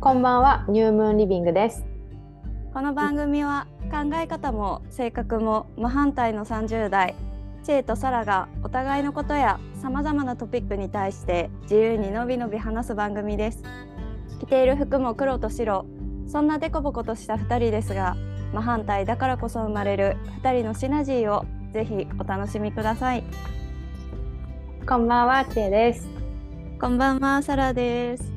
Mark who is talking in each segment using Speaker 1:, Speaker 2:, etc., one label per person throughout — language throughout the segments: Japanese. Speaker 1: こんばんは、ニュームーンリビングです。
Speaker 2: この番組は考え方も性格も無反対の30代チェイとサラがお互いのことやさまざまなトピックに対して自由にのびのび話す番組です着ている服も黒と白そんなデコボコとした2人ですが無反対だからこそ生まれる2人のシナジーをぜひお楽しみください
Speaker 1: こんばんは、チェです。
Speaker 2: こんばんはサラです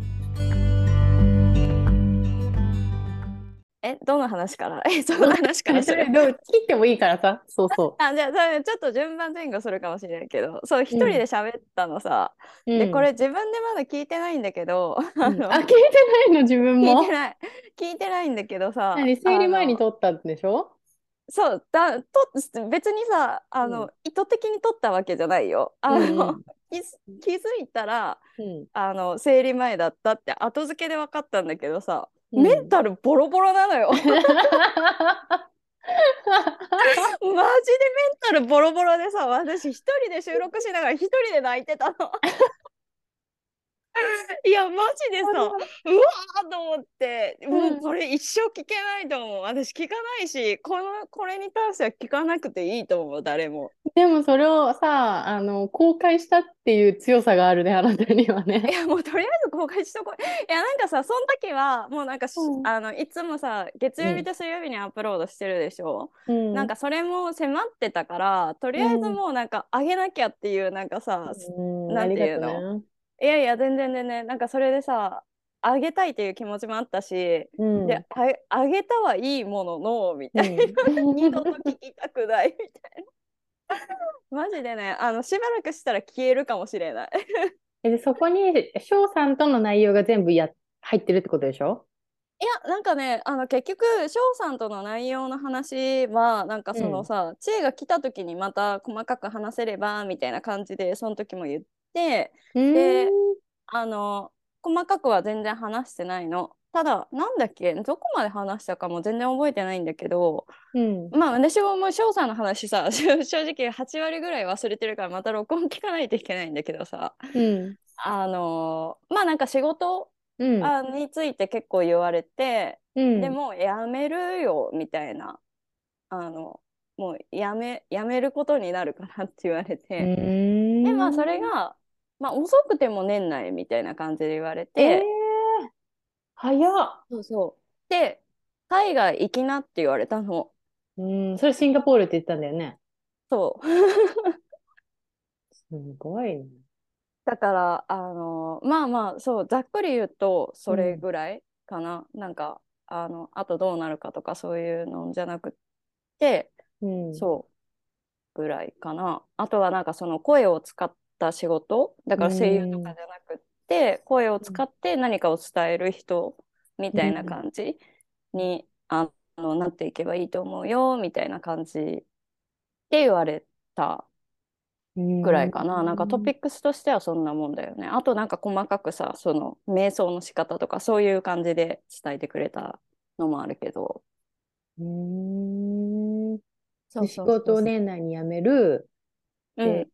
Speaker 2: えどの話から えその話からす
Speaker 1: そ
Speaker 2: る
Speaker 1: れ、どう切ってもいいからさ。そうそ
Speaker 2: あじゃあ多分ちょっと順番前後するかもしれないけどそう一人で喋ったのさ、
Speaker 1: う。う
Speaker 2: で
Speaker 1: ん
Speaker 2: こ、れ自分でまだ聞いてないんだけど、
Speaker 1: うんあ、
Speaker 2: あ
Speaker 1: 聞いて
Speaker 2: の
Speaker 1: ないの、自分
Speaker 2: 聞い
Speaker 1: も
Speaker 2: て。ない聞いてないんだけどさ
Speaker 1: 何、生理前に
Speaker 2: と
Speaker 1: 撮ったんでしょ
Speaker 2: そうだと別にさあの、
Speaker 1: うん
Speaker 2: 意図的に取ったわけじゃないよあの、気づ気づいたら
Speaker 1: うん
Speaker 2: あの生理前だったって後付けで分かったんだけどさ、
Speaker 1: うん
Speaker 2: メンタルボロボロなのよマジでメンタルボロボロでさ私一人で収録しながら一人で泣いてたのいやマジでさうわーと思ってもうこれ一生聞けないと思う私聞かないしこのこれに関しては聞かなくていいと思う誰も
Speaker 1: でもそれをさ、あの、公開したっていう強さがあるね、あなたにはね
Speaker 2: い。やもうとりあえず公開しとこういやなんかさその時はもうなんかし、
Speaker 1: うん
Speaker 2: あのいつもさ月曜
Speaker 1: うん
Speaker 2: 日と水曜日にアップロードしてるでしょ、
Speaker 1: な
Speaker 2: なんか、それも迫ってたからとりあえずもうなんか上げなきゃっていうなんかさ、
Speaker 1: うん、
Speaker 2: なんていうの
Speaker 1: ありがとね
Speaker 2: いやいや全然全然なんかそれでさ上げたいという気持ちもあったし、
Speaker 1: うん
Speaker 2: であ上げたはいいもののみたいな、
Speaker 1: うん
Speaker 2: 二度と聞きたくないみたいな マジでねあのしばらくしたら消えるかもしれない。
Speaker 1: えでそこに翔さんとの内容が全部や入ってるってことでしょ
Speaker 2: いやなんかねあの結局翔さんとの内容の話はなんかそのさ、知恵が来た時にまた細かく話せればみたいな感じでその時も言って
Speaker 1: で
Speaker 2: であの細かくは全然話してないの。ただなんだっけどこまで話したかも全然覚えてないんだけど
Speaker 1: うん
Speaker 2: まあ私ももう翔さんの話さ 正直8割ぐらい忘れてるからまた録音聞かないといけないんだけどさ
Speaker 1: うん
Speaker 2: あのまあなんか仕事
Speaker 1: うん
Speaker 2: あについて結構言われて。
Speaker 1: うん
Speaker 2: でもうやめるよみたいなあのもうやめやめることになるからって言われ
Speaker 1: う
Speaker 2: て、
Speaker 1: ーん
Speaker 2: でまあそれが、まあ、遅くても年内みたいな感じで言われて、
Speaker 1: えー、早っ、
Speaker 2: そうそうで海外行きなって言われたの
Speaker 1: うん、それシンガポールって言ったんだよね
Speaker 2: そう
Speaker 1: すごいね
Speaker 2: だからあのまあまあそうざっくり言うとそれぐらいかな、なんかあのあとどうなるかとかそういうのじゃなくって
Speaker 1: うん
Speaker 2: そうぐらいかな。あとはなんかその声を使った仕事だから声優とかじゃなくって声を使って何かを伝える人みたいな感じに、あのなっていけばいいと思うよみたいな感じで言われた
Speaker 1: う
Speaker 2: ぐらいかな。なんかトピ
Speaker 1: ッ
Speaker 2: ックスとしてはそんなもんだよね。あとなんか細かくさその瞑想の仕方とかそういう感じで伝えてくれたのもあるけど。
Speaker 1: クうん
Speaker 2: そう
Speaker 1: 仕
Speaker 2: そうそう
Speaker 1: 事を年内に辞める、
Speaker 2: うん、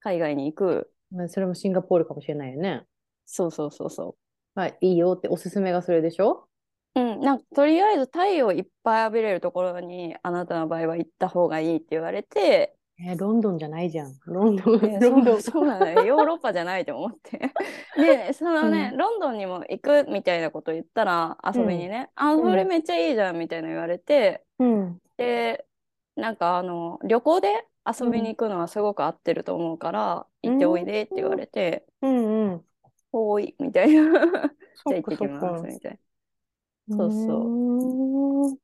Speaker 2: 海外に行く。
Speaker 1: まあ、それもシンガポールかもしれないよね
Speaker 2: そうそうそうそう。
Speaker 1: まあいいよっておすすめがそれでしょ
Speaker 2: うん、なんかとりあえず太陽いっぱい浴びれるところにあなたの場合は行った方がいいって言わ れて、
Speaker 1: えーロンドンじゃないじゃんロンドン、
Speaker 2: え
Speaker 1: ロンドン
Speaker 2: そうそうなのよヨーロッパじゃないと思って でそのね、
Speaker 1: う
Speaker 2: ロンドンにも行くみたいなこと言ったら遊びにね「あ
Speaker 1: うん
Speaker 2: それめっちゃいいじゃん」みたいな言われて
Speaker 1: うん
Speaker 2: でなんかあの旅行で遊びに行くのはすごく合ってると思うから、
Speaker 1: うん
Speaker 2: 行っておいでって言われて
Speaker 1: うんうん
Speaker 2: 「おーい」みたいな「じゃ
Speaker 1: そ
Speaker 2: あ行っ
Speaker 1: っかそ
Speaker 2: てき
Speaker 1: っか
Speaker 2: ます」みたいな。そうそう
Speaker 1: うーん。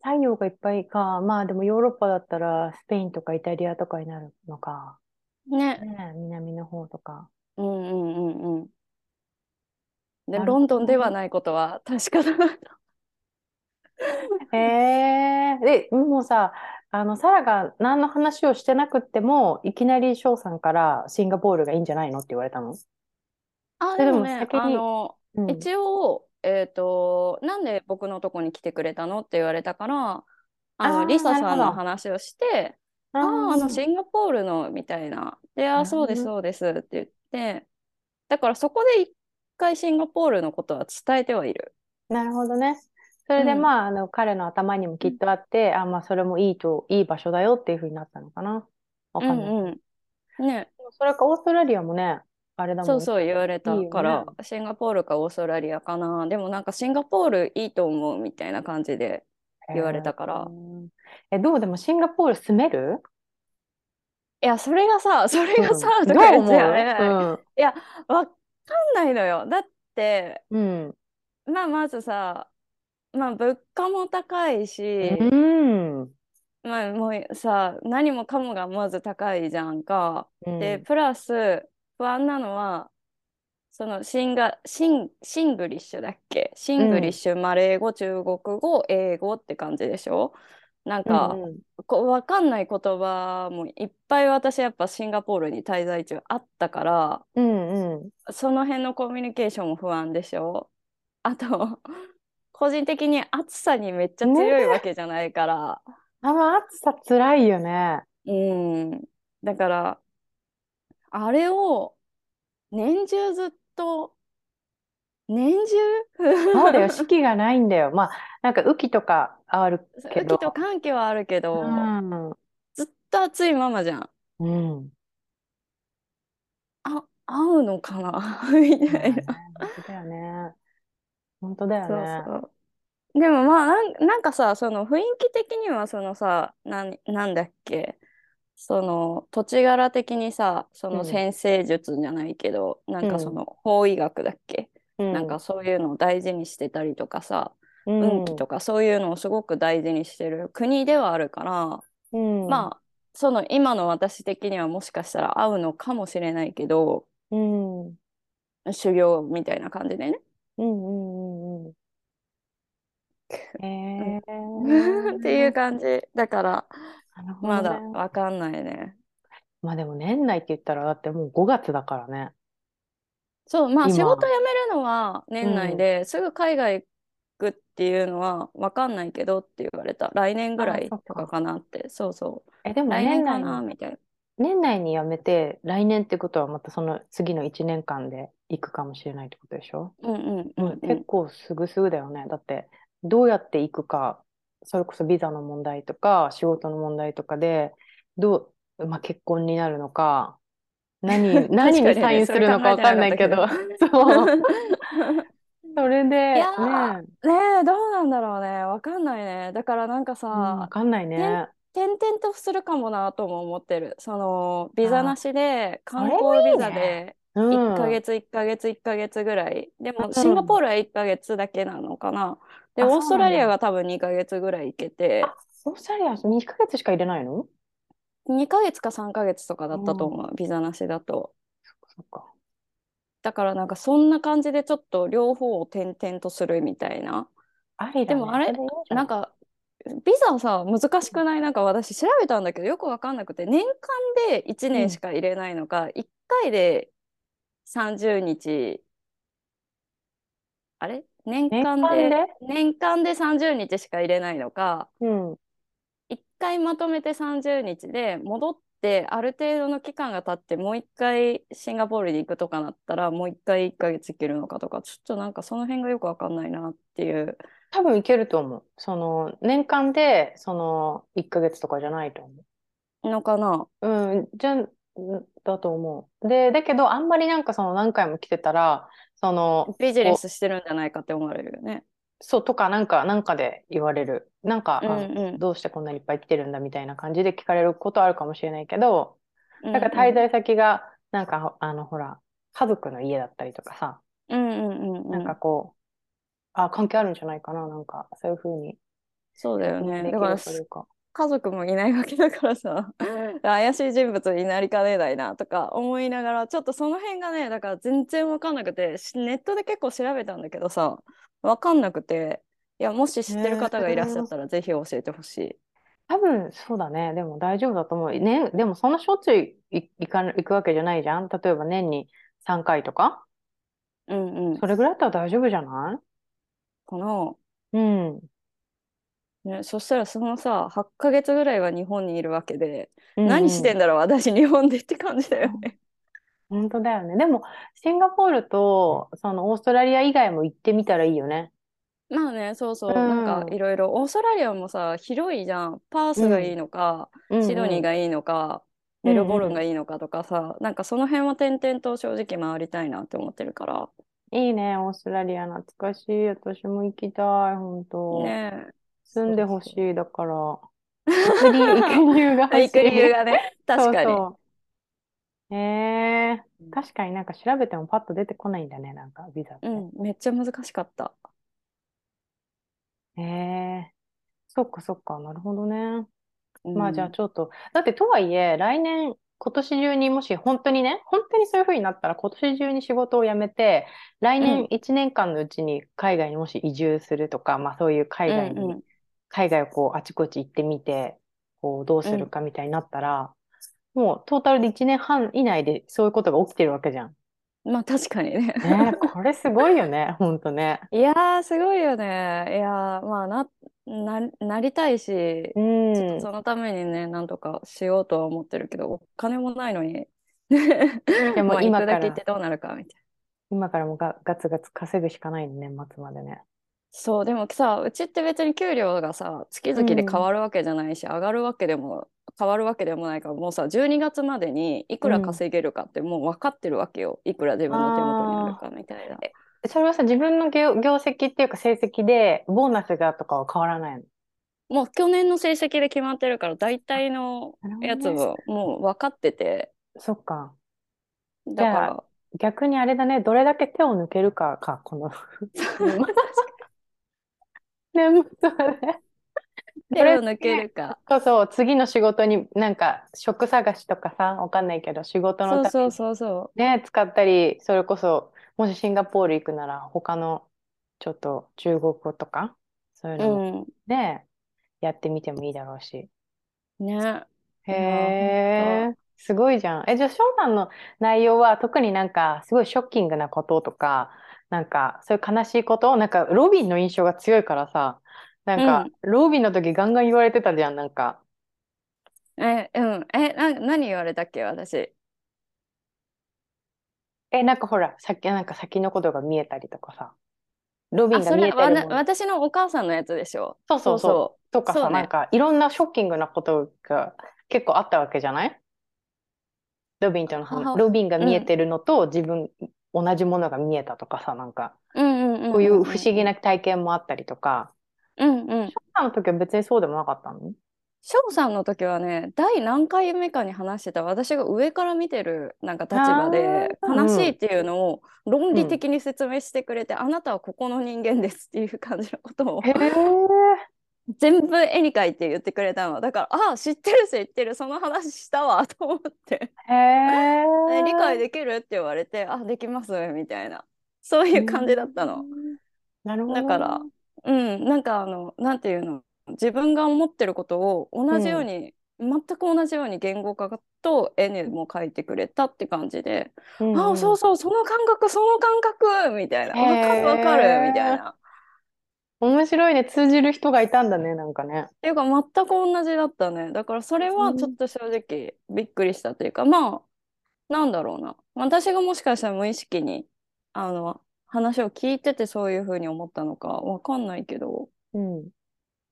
Speaker 1: 太陽がいっぱいか。まあでもヨーロッパだったらスペインとかイタリアとかになるのか。
Speaker 2: ね
Speaker 1: ねえ、南の方とか。
Speaker 2: うんうんうんうん。で、
Speaker 1: なるほど
Speaker 2: ロンドンではないことは確かだなと。
Speaker 1: ええで、もうさ、あの、サラが何の話をしてなくっても、いきなり翔さんからシンガポールがいいんじゃないのって言われたの。
Speaker 2: あ、
Speaker 1: え
Speaker 2: でも
Speaker 1: でも
Speaker 2: ね、
Speaker 1: 先に
Speaker 2: あの、
Speaker 1: うん。
Speaker 2: 一応、えっと、なんで僕のとこに来てくれたのって言われたから、あの、
Speaker 1: あー
Speaker 2: リサさん
Speaker 1: なるほど
Speaker 2: の話をして、
Speaker 1: あ
Speaker 2: あ
Speaker 1: ー
Speaker 2: あ、あの、シンガポールの、みたいな。で、
Speaker 1: な
Speaker 2: あ
Speaker 1: る
Speaker 2: ー、
Speaker 1: ほど
Speaker 2: そうです、そうですって言って、だからそこで一回シンガポールのことは伝えてはいる。
Speaker 1: なるほどね。それで、
Speaker 2: うん
Speaker 1: まあ、あの、彼の頭にもきっとあって、あ、まあ、それもいいと、いい場所だよっていうふうになったのかな。わかんない。
Speaker 2: うんうん。ね、
Speaker 1: それか、オーストラリアもね、あれだ
Speaker 2: そ
Speaker 1: も
Speaker 2: うん
Speaker 1: ね。
Speaker 2: そう言われた
Speaker 1: いいよね
Speaker 2: から、シンガポールかオーストラリアかな。でもなんかシンガポールいいと思うみたいな感じで。言われたから
Speaker 1: うん。え、どうでもシンガポール住める
Speaker 2: いや、それがさ、それがさ、
Speaker 1: うん
Speaker 2: と
Speaker 1: ど
Speaker 2: か
Speaker 1: う
Speaker 2: 言っ
Speaker 1: 思
Speaker 2: てあれだよ
Speaker 1: う
Speaker 2: わかんないのよ。だって、
Speaker 1: うん。
Speaker 2: まあまずさ、まあ物価も高いし、
Speaker 1: うん。うん。
Speaker 2: まあもうさ、何もかもがまず高いじゃんか。
Speaker 1: うん
Speaker 2: で、プラス不安なのは、そのシンガ、シン、シングリッシュだっけシングリッシュ、マレー語、中国語、英語って感じでしょな
Speaker 1: う
Speaker 2: ん
Speaker 1: ん
Speaker 2: か、こう分かんない言葉もいっぱい私やっぱシンガポールに滞在中あったから
Speaker 1: うんうん。
Speaker 2: その辺のコミュニケーションも不安でしょあと個人的に暑さにめっちゃ強いわけじゃないから、
Speaker 1: あの暑さつらいよね。
Speaker 2: うんだからあれを年中ずっと年 中
Speaker 1: そう だよ、四季がないんだよ。まあ、なんか雨季とかあるけ
Speaker 2: 雨
Speaker 1: ど。
Speaker 2: 季と寒気はあるけど、
Speaker 1: うん。
Speaker 2: ずっと暑いままじゃん
Speaker 1: うん。
Speaker 2: あ合うのかな み
Speaker 1: そう
Speaker 2: た
Speaker 1: だ
Speaker 2: い
Speaker 1: ね
Speaker 2: な。
Speaker 1: 本当だよね。本当だよ
Speaker 2: そう
Speaker 1: ね。
Speaker 2: そう。でもまあなん、なんかさ、その雰囲気的にはそのさ、なん、なんだっけ、その土地柄的にさ、そ
Speaker 1: うん
Speaker 2: の先生術じゃないけど、なん
Speaker 1: うん
Speaker 2: かその法医学だっけ、
Speaker 1: うん
Speaker 2: なんかそういうのを大事にしてたりとかさ、
Speaker 1: うん
Speaker 2: 運気とかそういうのをすごく大事にしてる国ではあるから、
Speaker 1: うん
Speaker 2: まあ、その今の私的にはもしかしたら合うのかもしれないけど、
Speaker 1: うんうん
Speaker 2: 修行みたいな感じでね。
Speaker 1: うんうんう ん。えー
Speaker 2: っていう感じ。だから、
Speaker 1: なるほどね
Speaker 2: まだわかんないね。
Speaker 1: まあでも年内って言ったらだってもう5月だからね。
Speaker 2: そう、まあ
Speaker 1: 今
Speaker 2: 仕事辞めるのは年内ですぐ海外行くっていうのはわかんないけどって言われた。来年ぐらい
Speaker 1: あそっか
Speaker 2: とかかなって。そうそう。
Speaker 1: え、でも
Speaker 2: 来
Speaker 1: 年
Speaker 2: 年か
Speaker 1: 内
Speaker 2: な
Speaker 1: に、
Speaker 2: みたいな。
Speaker 1: 年内に辞めて、来年ってことはまたその次の1年間で行くかもしれないってことでしょ
Speaker 2: うんうんうんうん。
Speaker 1: 結構すぐすぐだよね。だって、どうやって行くか、それこそビザの問題とか、仕事の問題とかで、どう、まあ、結婚になるのか、何、何に
Speaker 2: 確か
Speaker 1: サ
Speaker 2: に
Speaker 1: イ
Speaker 2: ね
Speaker 1: ンするのかわかんないけど、 そう、それで、ね、
Speaker 2: やねえ、どうなんだろうね。わかんないね。だからなんか
Speaker 1: うんわ
Speaker 2: さ、
Speaker 1: かんないね。
Speaker 2: 転々とするかもなとも思ってる。その、ビザなしで、
Speaker 1: あ
Speaker 2: 観光ビ
Speaker 1: それもい
Speaker 2: ザ
Speaker 1: いね
Speaker 2: で、
Speaker 1: うん。
Speaker 2: 1ヶ月1ヶ月1ヶ月ぐらいで
Speaker 1: う
Speaker 2: も
Speaker 1: ん
Speaker 2: シンガポールは1ヶ月だけなのかなで
Speaker 1: あ
Speaker 2: オーストラリ
Speaker 1: そうな
Speaker 2: ア
Speaker 1: んだ
Speaker 2: が多分2ヶ月ぐらい行けて
Speaker 1: あオーストラリア2ヶ月しか入れないの
Speaker 2: 2ヶ月か3ヶ月とかだったと思うビザなしだと
Speaker 1: そっか。
Speaker 2: だからなんかそんな感じでちょっと両方を転々とするみたいな
Speaker 1: ありだね。
Speaker 2: でもあれ
Speaker 1: そいいんじゃ
Speaker 2: なん
Speaker 1: い、
Speaker 2: かビザさ難しくないなんか私調べたんだけどよくわかんなくて年間で1年しか入れないのか1回で30日あれ年
Speaker 1: 年
Speaker 2: 間
Speaker 1: 間
Speaker 2: で
Speaker 1: で
Speaker 2: 年間で30日しか入れないのか
Speaker 1: うん。
Speaker 2: 1回まとめて30日で戻ってある程度の期間が経ってもう1回シンガポールに行くとかなったらもう1回1ヶ月行けるのかとかちょっとなんかその辺がよくわかんないなっていう
Speaker 1: 多分いけると思う。その、年間で、その、1ヶ月とかじゃないと思
Speaker 2: のかな。
Speaker 1: う。うん、じゃ、んだと思う。で、だけど、あんまりなんかその何回も来てたら、その、
Speaker 2: ビジネスしてるんじゃないかって思われるよね。
Speaker 1: そうとか、なんか、なんかで言われる。なんか、あ
Speaker 2: うん
Speaker 1: の
Speaker 2: うん
Speaker 1: どうしてこんなにいっぱい来てるんだみたいな感じで聞かれることあるかもしれないけど、
Speaker 2: うん
Speaker 1: なんか滞在先が、なんか、あの、ほら、家族の家だったりとかさ、
Speaker 2: うんうんうんうん
Speaker 1: なんかこう、あ、関係あるんじゃないかな、なんか、そういうふうに。
Speaker 2: そうだよね。
Speaker 1: でき
Speaker 2: だ
Speaker 1: る
Speaker 2: から
Speaker 1: というか。
Speaker 2: 家族もいないわけだからさ 怪しい人物になりかねないなとか思いながらちょっとその辺がねだから全然わかんなくてしネットで結構調べたんだけどさわかんなくていやもし知ってる方がいらっしゃったらぜひ教えてほしい。
Speaker 1: 多分そうだね。でも大丈夫だと思う。ね、でもそんなしょっちゅうい行か行くわけじゃないじゃん。例えば年に3回とか。
Speaker 2: うんうん、
Speaker 1: それぐらいだったら大丈夫じゃな
Speaker 2: こ
Speaker 1: いうん。
Speaker 2: の、ね、そしたらそのさ8ヶ月ぐらいは日本にいるわけで、
Speaker 1: うん
Speaker 2: 何してんだろう私日本でって感じだよね。
Speaker 1: 本当だよね。でも、シンガポールと、その、オーストラリア以外も行ってみたらいいよね。
Speaker 2: まあね、そうそう、
Speaker 1: うん
Speaker 2: なんかいろいろ、オーストラリアもさ、広いじゃん。パースがいいのか、
Speaker 1: うん
Speaker 2: シドニーがいいのか、メルボルンが
Speaker 1: いい。
Speaker 2: いいのかとかさ、なんかその辺は点々と正直回りたいなって思ってるから。
Speaker 1: いいね、オーストラリア。懐かしい。私も行きたい、本当。
Speaker 2: ねえ。
Speaker 1: 住んでほし
Speaker 2: そう
Speaker 1: い、だから。行く理行く理由 が
Speaker 2: そう。
Speaker 1: 欲
Speaker 2: 行
Speaker 1: し
Speaker 2: く理由
Speaker 1: い。
Speaker 2: がね、 確かに。
Speaker 1: そうそう。え
Speaker 2: うん
Speaker 1: ー、確かになんか調べてもパッと出てこないんだね、なんか、ビザって。
Speaker 2: うん、めっちゃ難しかった。
Speaker 1: ええそっかそっか、なるほどね。まあじゃあ
Speaker 2: うん
Speaker 1: ちょっと、だってとはいえ、来年、今年中にもし本当にね、本当にそういう風になったら今年中に仕事を辞めて、来
Speaker 2: う
Speaker 1: 年
Speaker 2: ん
Speaker 1: 1年間のうちに海外にもし移住するとか、まあそういう海外
Speaker 2: うんう
Speaker 1: に、
Speaker 2: ん、
Speaker 1: 海外をこうあちこち行ってみて、こうどうするかみたいになったら、もうトータルで1年半以内でそういうことが起きてるわけじゃん。
Speaker 2: まあ確かにね。
Speaker 1: ねえ、これすごいよ ね、ほんとね。
Speaker 2: いやーすごいよね。いやーまあな、な、なりたいし、
Speaker 1: う
Speaker 2: ちょっと
Speaker 1: ん。
Speaker 2: そのためにね、なんとかしようとは思ってるけど、お金もないのに。
Speaker 1: でも
Speaker 2: まあ行
Speaker 1: 今
Speaker 2: くだ
Speaker 1: か
Speaker 2: け行
Speaker 1: ら
Speaker 2: って、どうなるかみたいな。
Speaker 1: 今からもがガツガツ稼ぐしかないね、年末までね。
Speaker 2: そう、でもさ、うちって別に給料がさ、月々で変わるわけじゃないし、上がるわけでも、変わるわけでもないから、もうさ、12月までにいくら
Speaker 1: うん
Speaker 2: 稼げるかってもう分かってるわけよ。いくら自分の手元にあるかみたいな。
Speaker 1: それはさ、自分の業、業績っていうか成績で、ボーナスがとかは変わらないの。
Speaker 2: もう去年の成績で決まってるから、大体の
Speaker 1: なるほど
Speaker 2: やつ
Speaker 1: ね
Speaker 2: をもう分かってて、
Speaker 1: そっか。
Speaker 2: だか
Speaker 1: じゃ
Speaker 2: ら、
Speaker 1: 逆にあれだね、どれだけ手を抜けるかか、この 年末は ね。
Speaker 2: 手を抜けるか。
Speaker 1: そうそう、次の仕事に、なんか、職探しとかさ、わかんないけど、仕事
Speaker 2: そ
Speaker 1: の
Speaker 2: う
Speaker 1: た
Speaker 2: そ
Speaker 1: め
Speaker 2: う
Speaker 1: に
Speaker 2: そうそ
Speaker 1: ね、使ったり、それこそ、もしシンガポール行くなら、他の、ちょっと中国語とか、そういう
Speaker 2: う。
Speaker 1: のも
Speaker 2: うん。
Speaker 1: ね、やってみてもいいだろうし。
Speaker 2: ね。
Speaker 1: へ
Speaker 2: ほ
Speaker 1: え、すごいじゃん。え、じゃあ、翔さんの内容は特になんか、すごいショッキングなこととか、なんか、そういう悲しいこと、なんか、ロビンの印象が強いからさ、なんか、
Speaker 2: うん
Speaker 1: ロビンの時ガンガン言われてたじゃん、なんか。
Speaker 2: え、うん。え、な、何言われたっけ、私。
Speaker 1: え、なんかほら、先、なんか先のことが見えたりとかさ、ロビン
Speaker 2: あ、
Speaker 1: が
Speaker 2: そ
Speaker 1: 見
Speaker 2: れ
Speaker 1: えて
Speaker 2: わ
Speaker 1: る
Speaker 2: な
Speaker 1: もの
Speaker 2: 私のお母さんのやつでしょ。
Speaker 1: そうそうそう
Speaker 2: そ
Speaker 1: とか
Speaker 2: そ
Speaker 1: さ、
Speaker 2: うね
Speaker 1: なんか、いろんなショッキングなことが結構あったわけじゃないロビンとの話
Speaker 2: はは
Speaker 1: ロビンが見え
Speaker 2: うん
Speaker 1: てるのと、自分、同じものが見えたとかさ、なんか。
Speaker 2: う。うんうんうん
Speaker 1: こうい
Speaker 2: ん
Speaker 1: うん不思議な。体験もあったりとか、
Speaker 2: うんうん。
Speaker 1: 今の時は別にそうでもなかったの
Speaker 2: 翔さんの時はね、第何回目かに話してた私が上から見てるなんか立場で
Speaker 1: あー
Speaker 2: 悲しいっていうのを論理的に説明してくれて、あなたはここの人間ですっていう感じのことを
Speaker 1: へえ、
Speaker 2: 全部絵に描いて言ってくれたの。だから、ああ、知ってる知ってる、その話したわと思って、
Speaker 1: へえ。
Speaker 2: え理解できるって言われて、あ、できますみたいな、そういう感じだったの。
Speaker 1: うん。なるほど
Speaker 2: だ
Speaker 1: ね。
Speaker 2: から、うん、なんかあの、なんていうの、自分が思ってることを同じように、全く同じように言語化と絵にも描いてくれたって感じで、
Speaker 1: うんうん
Speaker 2: あ、そうそう、その感覚、その感覚みたいな、わか
Speaker 1: へ
Speaker 2: る
Speaker 1: ー
Speaker 2: わかるみたいな。
Speaker 1: 面白いね。通じる人がいたんだね、なんかね。
Speaker 2: っていうか、全く同じだったね。だから、それはちょっと正直びっくりしたというか、まあ、なんだろうな。私がもしかしたら無意識に、あの、話を聞いててそういうふうに思ったのかわかんないけど、
Speaker 1: うん。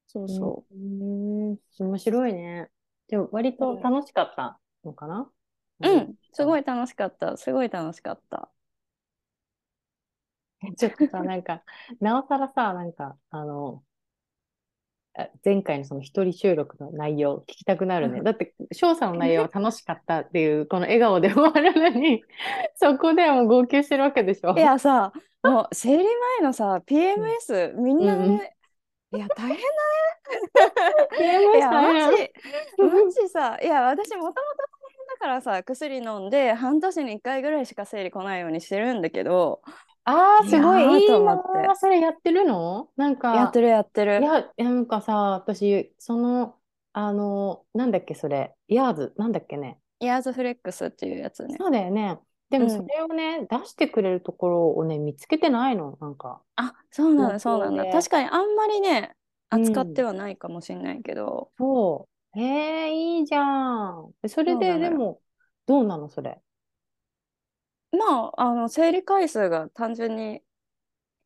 Speaker 2: そうそう。
Speaker 1: うん。面白いね。でも割と楽しかったのかな
Speaker 2: うん、すご
Speaker 1: い。
Speaker 2: い楽しかった。すごい楽しかった。
Speaker 1: ちょっとさ、なんか、なおさらさ、なんか、あの、あ前回のその一人収録の内容聞きたくなる
Speaker 2: う
Speaker 1: ね。
Speaker 2: ん
Speaker 1: だって、翔さんの内容は楽しかったっていう、この笑顔で終わるのに、 そこでもう号泣してるわけでしょ。
Speaker 2: いやさ、もう生理前のさ、PMS、みんな
Speaker 1: うん
Speaker 2: ね、いや、大変
Speaker 1: ゲーム
Speaker 2: いや、マ
Speaker 1: さん
Speaker 2: ジ、マジさ、いや、私もともと大変だからさ、薬飲んで、半年に1回ぐらいしか生理来ないようにしてるんだけど、
Speaker 1: あー、すご
Speaker 2: いや
Speaker 1: い
Speaker 2: ー
Speaker 1: いい
Speaker 2: と
Speaker 1: な
Speaker 2: 思って
Speaker 1: ー。それやってるのなんか、
Speaker 2: やってるやってる
Speaker 1: い。や、なんかさ、私、その、あの、なんだっけ、それ、ヤーズ、なんだっけね。
Speaker 2: イヤーズフレックスっていうやつね。
Speaker 1: そうだよね。でも
Speaker 2: うん
Speaker 1: それをね、出してくれるところをね、見つけてないの、なんか。
Speaker 2: あ、そうなんだ、
Speaker 1: そ
Speaker 2: そう
Speaker 1: う
Speaker 2: なんだ。
Speaker 1: ね
Speaker 2: 確かにあんまりね、
Speaker 1: うん
Speaker 2: 扱ってはないかもしれないけど、
Speaker 1: そう。えー、いいじゃん。それ
Speaker 2: そうな
Speaker 1: で、
Speaker 2: の
Speaker 1: で
Speaker 2: よ
Speaker 1: も、どうなの、それ。
Speaker 2: まあ、あの生理回数が単純に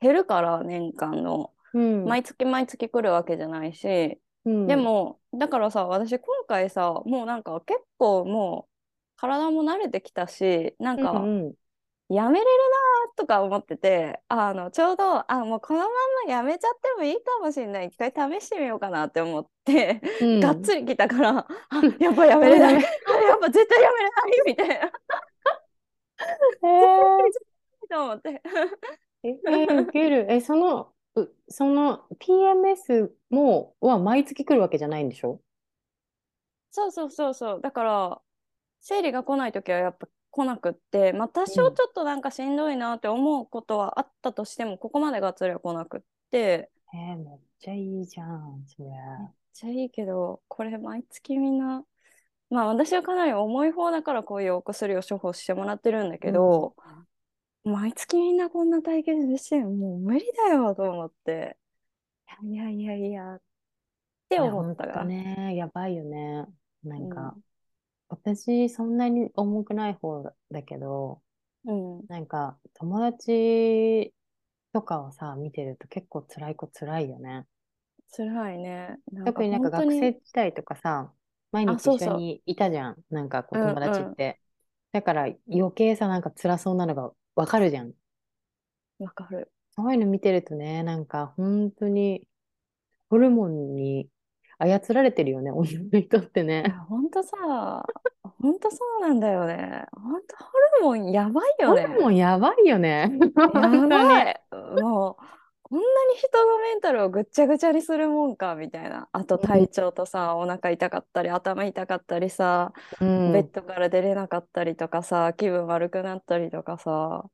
Speaker 2: 減るから年間の
Speaker 1: うん。
Speaker 2: 毎月毎月来るわけじゃないし、
Speaker 1: うん
Speaker 2: で、もだからさ私今回さもうなんか結構もう体も慣れてきたしなん
Speaker 1: うん
Speaker 2: か、
Speaker 1: うん。
Speaker 2: やめれるなーとか思っててあのちょうどあもうこのままやめちゃってもいいかもしれない一回試してみようかなって思って、
Speaker 1: うん
Speaker 2: がっつり来 たからあやっぱやめれない
Speaker 1: や
Speaker 2: あ
Speaker 1: め
Speaker 2: やっぱ絶対やめれないみたいな
Speaker 1: えー
Speaker 2: と思って
Speaker 1: えー、受ける。え、その、うその PMS も、は毎月来るわけじゃないんでしょ
Speaker 2: そうそうそうそうだから生理が来ない時はやっぱ来なくってまあ多少
Speaker 1: うん
Speaker 2: ちょっとなんかしんどいなって思うことはあったとしてもここまでがっつりは来なくって
Speaker 1: えー、めっちゃいいじゃん、それ。
Speaker 2: めっちゃいいけどこれ毎月みんなまあ私はかなり重い方だからこういうお薬を処方してもらってるんだけど、毎月みんなこんな体験してるもう無理だよと思っていやいやいやいやって
Speaker 1: いや
Speaker 2: 思った
Speaker 1: ほん
Speaker 2: が
Speaker 1: と。ね、やばいよね。なんか、
Speaker 2: う
Speaker 1: 私、そんなに重くない方だけど、
Speaker 2: んうん
Speaker 1: なんか、友達とかをさ、見てると結構辛い子辛いよね。
Speaker 2: 辛いね。な
Speaker 1: 特になんか
Speaker 2: 本当
Speaker 1: 学生時代とかさ、毎
Speaker 2: あ
Speaker 1: 日
Speaker 2: そう
Speaker 1: 一
Speaker 2: そ
Speaker 1: 緒
Speaker 2: う
Speaker 1: にいたじゃん。なんかこう
Speaker 2: うんうん
Speaker 1: 友達って。だから余計さ、なんか辛そうなのがわかるじゃん。
Speaker 2: わかる。
Speaker 1: そういうの見てるとね、なんか本当にホルモンに操られてるよね、女の人って
Speaker 2: いや
Speaker 1: ね。、
Speaker 2: ほんとさ、ほんとそうなんだよね。ほんとホルモンやばいよ
Speaker 1: ホ
Speaker 2: ね。
Speaker 1: ルモンやばいよね。
Speaker 2: や
Speaker 1: 本当
Speaker 2: ば
Speaker 1: に。
Speaker 2: い。もう、こんなに人のメンタルをぐっちゃぐちゃにするもんか、みたいな。あと体調とさ、お腹痛かったり、頭痛かったりさ、
Speaker 1: う
Speaker 2: ベッ
Speaker 1: ん。
Speaker 2: ドから出れなかったりとかさ、気分悪くなったりとかさ、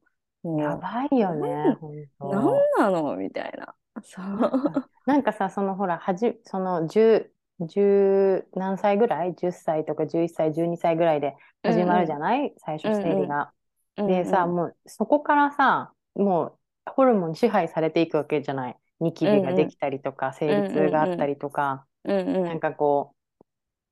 Speaker 1: や
Speaker 2: も
Speaker 1: ばいよね、本
Speaker 2: う、なん
Speaker 1: 当。
Speaker 2: なのみたいな。そ
Speaker 1: なん
Speaker 2: う。
Speaker 1: か、なんかさ、そのほら、はじ、その10、10何歳ぐらい ?10 歳とか11歳、12歳ぐらいで 始まるじゃない、最初
Speaker 2: うんうん
Speaker 1: 生理が。
Speaker 2: うん
Speaker 1: でさ、もうそこからさ、もうホルモン支配されていくわけじゃない。ニキビができたりとか、生理痛があったりとか、
Speaker 2: うんうん
Speaker 1: なんかこう、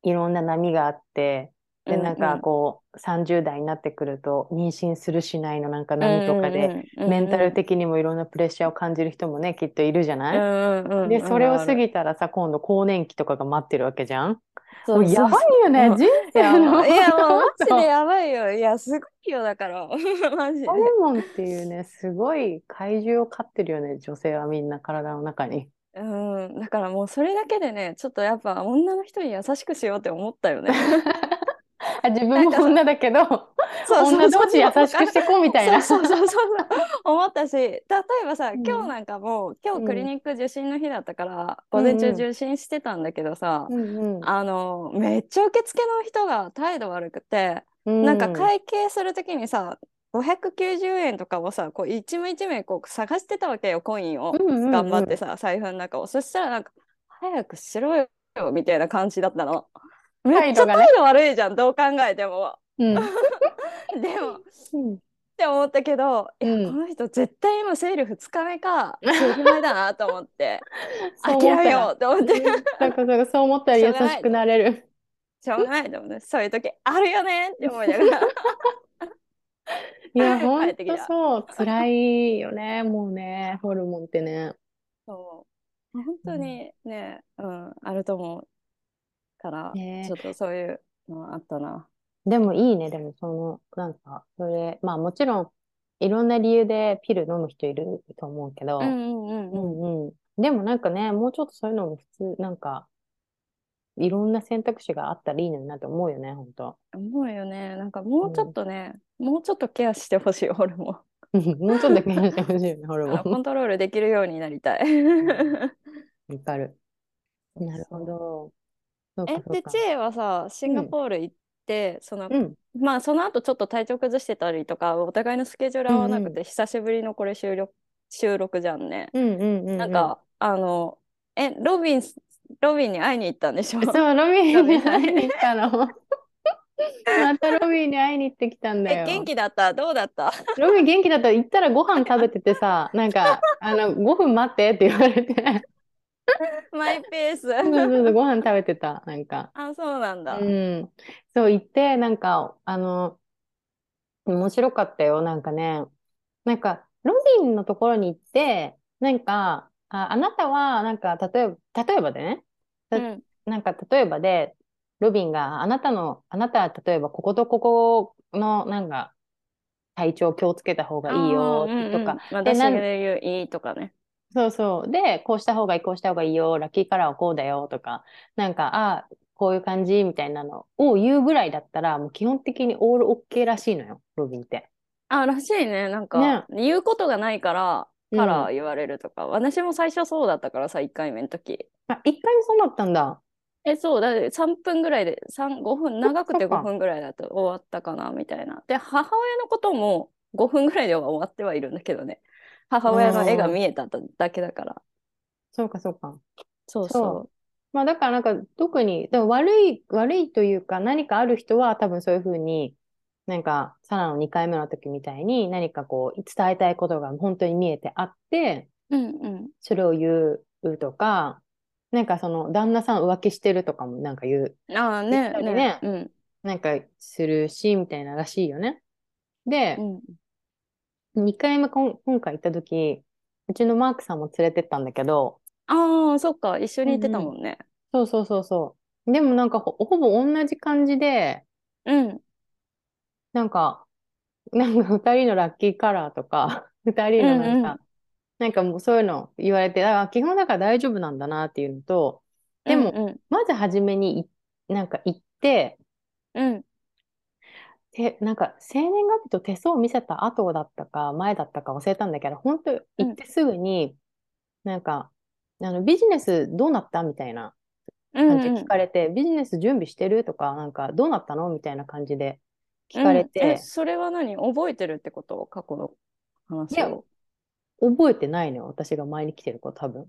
Speaker 1: いろんな波があって、で、なんかこう、30代になってくると、妊娠するしないのなんか波とかで、、
Speaker 2: うんうんうんうん
Speaker 1: メンタル的にもいろんなプレッシャーを感じる人もね、きっといるじゃ
Speaker 2: うん
Speaker 1: ない、
Speaker 2: うんうん
Speaker 1: で、それを過
Speaker 2: て
Speaker 1: ぎたらさ、今度更年期とかが待ってるわけじゃん
Speaker 2: そう
Speaker 1: もうやばいよね、
Speaker 2: そう
Speaker 1: 人
Speaker 2: いや、
Speaker 1: 生
Speaker 2: も
Speaker 1: の。
Speaker 2: ういや もう マジでやばいよ。いや、すごいよ、だから。 マジで。
Speaker 1: ホルモンっていうね、すごい怪獣を飼ってるよね、女性はみんな体の中に。
Speaker 2: うん、だからもうそれだけでね、ちょっとやっぱ女の人に優しくしようって思ったよね。
Speaker 1: あ、自分も女だけど、
Speaker 2: そうそう
Speaker 1: 女
Speaker 2: そう
Speaker 1: 同士優しくしてこうみたいな。
Speaker 2: そう そうそうそうそう思ったし例えばさ、
Speaker 1: うん
Speaker 2: 今日なんかもう今日クリニック受診の日だったから、
Speaker 1: うん
Speaker 2: 午前中受診してたんだけどさ、
Speaker 1: うん
Speaker 2: あのめっちゃ受付の人が態度悪くて、
Speaker 1: うん。
Speaker 2: なんか
Speaker 1: うん
Speaker 2: 会計するときにさ590円とかをさこう一枚一枚こう探してたわけよコインを、
Speaker 1: うんうんうん
Speaker 2: 頑張ってさ財布の中をそしたらなんか「早くしろよ」みたいな感じだったの。めっち
Speaker 1: 態度が
Speaker 2: ゃ
Speaker 1: ね
Speaker 2: 態度悪いじゃん、どう考え ても。
Speaker 1: うん。
Speaker 2: でもっ
Speaker 1: うん
Speaker 2: て思ったけど、いや
Speaker 1: うん
Speaker 2: この人絶対今セール2日目か数日前だなと思って
Speaker 1: そう思
Speaker 2: 諦
Speaker 1: った
Speaker 2: め
Speaker 1: ら
Speaker 2: ようと思って
Speaker 1: なんかそうそう思ったら優しくなれる。
Speaker 2: しょうがないと思ってそういう時あるよねって思いながら。
Speaker 1: いや、
Speaker 2: 帰
Speaker 1: ほん
Speaker 2: ってき
Speaker 1: と
Speaker 2: た
Speaker 1: そう、辛いよね、もうね、ホルモンってね。
Speaker 2: そう。本当にね、うん、あると思うから、
Speaker 1: ね
Speaker 2: ちょっとそういうのあったな。
Speaker 1: でもいいね、でもその、なんか、それ、まあもちろん、いろんな理由でピル飲む人いると思うけど、
Speaker 2: うんうん
Speaker 1: う
Speaker 2: うん。
Speaker 1: んうん。でもなんかね、もうちょっとそういうのも普通、なんか、いろんな選択肢があったらいいのになって思うよね、ほん と。
Speaker 2: 思うよね。なんかもうちょっとね、もうちょっとケアしてほしい、ホル モ
Speaker 1: もうちょっと気にしてほしいよね、ホル
Speaker 2: ン。
Speaker 1: モ
Speaker 2: あコ
Speaker 1: ン。
Speaker 2: ントロールできるようになりたい。
Speaker 1: わかる。なるほど。そう
Speaker 2: え
Speaker 1: か、、そう
Speaker 2: で、
Speaker 1: か
Speaker 2: チ。ェはさ、シンガポール行って、その、
Speaker 1: うん。
Speaker 2: まあ、その後ちょっと体調崩してたりとか、お互いのスケジュール合わなく
Speaker 1: うん
Speaker 2: て、久しぶりのこれ収録、収録じゃんね。
Speaker 1: うんうんうん。
Speaker 2: なん、か、あの、え、ロビン、ロビンに会いに行ったんでしょ
Speaker 1: そう、ロビー
Speaker 2: ロビ
Speaker 1: に
Speaker 2: ー
Speaker 1: 会いに行ったの。またロビーに会いに行ってきたんだ
Speaker 2: え、
Speaker 1: よ。
Speaker 2: 元気だったどうだった
Speaker 1: ロビー元気だったら行ったらご飯食べててさ、なん か、あの、5分待ってって言われて、
Speaker 2: マイペー ス。
Speaker 1: そうそうそう、ご飯食べてた、なんか。
Speaker 2: あ、そうなんだ。
Speaker 1: うん。そう、行って、なんか、あの、面白かったよ、なんかね。なんか、ロビンのところに行って、なんか、あ、あなたは、なんか、例えば、例えばでね、た
Speaker 2: うん
Speaker 1: なんか、例えばで、ロビンがあなたの、あなたは例えば、こことここの、なんか、体調気をつけた方がいいよ、とか、
Speaker 2: うんうん、
Speaker 1: で
Speaker 2: 私
Speaker 1: なん
Speaker 2: が言ういいとかね。
Speaker 1: そうそう。で、こうした方がいい、こうした方がいいよ、ラッキーカラーはこうだよとか、なんか、ああ、こういう感じみたいなのを言うぐらいだったら、もう基本的にオールオッケーらしいのよ、ロビンって。
Speaker 2: あらしいねなんか、言うことがないから
Speaker 1: うん
Speaker 2: カラー言われるとか、私も最初そうだったからさ1回目の時
Speaker 1: あ、一回もそうだったんだ。
Speaker 2: えそうだって3分ぐらいで5分
Speaker 1: そっか
Speaker 2: 長くて
Speaker 1: そっか
Speaker 2: 5分ぐらいだと終わったかなみたいなで母親のことも5分ぐらいでは終わってはいるんだけどね母親の絵が見えただけだから
Speaker 1: そうか、そうか。
Speaker 2: そう
Speaker 1: そ
Speaker 2: そう
Speaker 1: まあ、だからなんか、特に、でも悪い、悪いというか、何かある人は多分そういうふうに、なんか、サラの2回目の時みたいに、何かこう、伝えたいことが本当に見えてあって、
Speaker 2: ううんうん
Speaker 1: それを言うとか、なんかその、旦那さん浮気してるとかもなんか言う。
Speaker 2: ああね
Speaker 1: 言ったりね
Speaker 2: ねうん
Speaker 1: なんかするし、みたいならしいよね。で
Speaker 2: う、ん
Speaker 1: 2回目こん今回行った時、うちのマークさんも連れてったんだけど、
Speaker 2: ああそっか一緒に行ってたもんね
Speaker 1: そうそうそうそう。でもなんかほ、ほぼ同じ感じで、
Speaker 2: うん
Speaker 1: なんか、なんか2人のラッキーカラーとか、2人 のなんか、
Speaker 2: うんうん
Speaker 1: なんかもうそういうの言われて、あ、基本だから大丈夫なんだなっていうのと、でも
Speaker 2: うん
Speaker 1: まず初めにい、なんか行って、
Speaker 2: うん
Speaker 1: て、なんか生年月日と手相を見せた後だったか前だったか忘れたんだけど、本当行ってすぐに、なんか、あのビジネスどうなったみたいな
Speaker 2: うん
Speaker 1: 感じで聞かれて、ビジネス準備してるとか、なんかどうなったのみたいな感じで聞かれ
Speaker 2: うんえ
Speaker 1: て、
Speaker 2: それは何覚えてるってこと過去の
Speaker 1: い
Speaker 2: 話
Speaker 1: や
Speaker 2: を。
Speaker 1: 覚えてないのよ、私が前に来てる子、多分。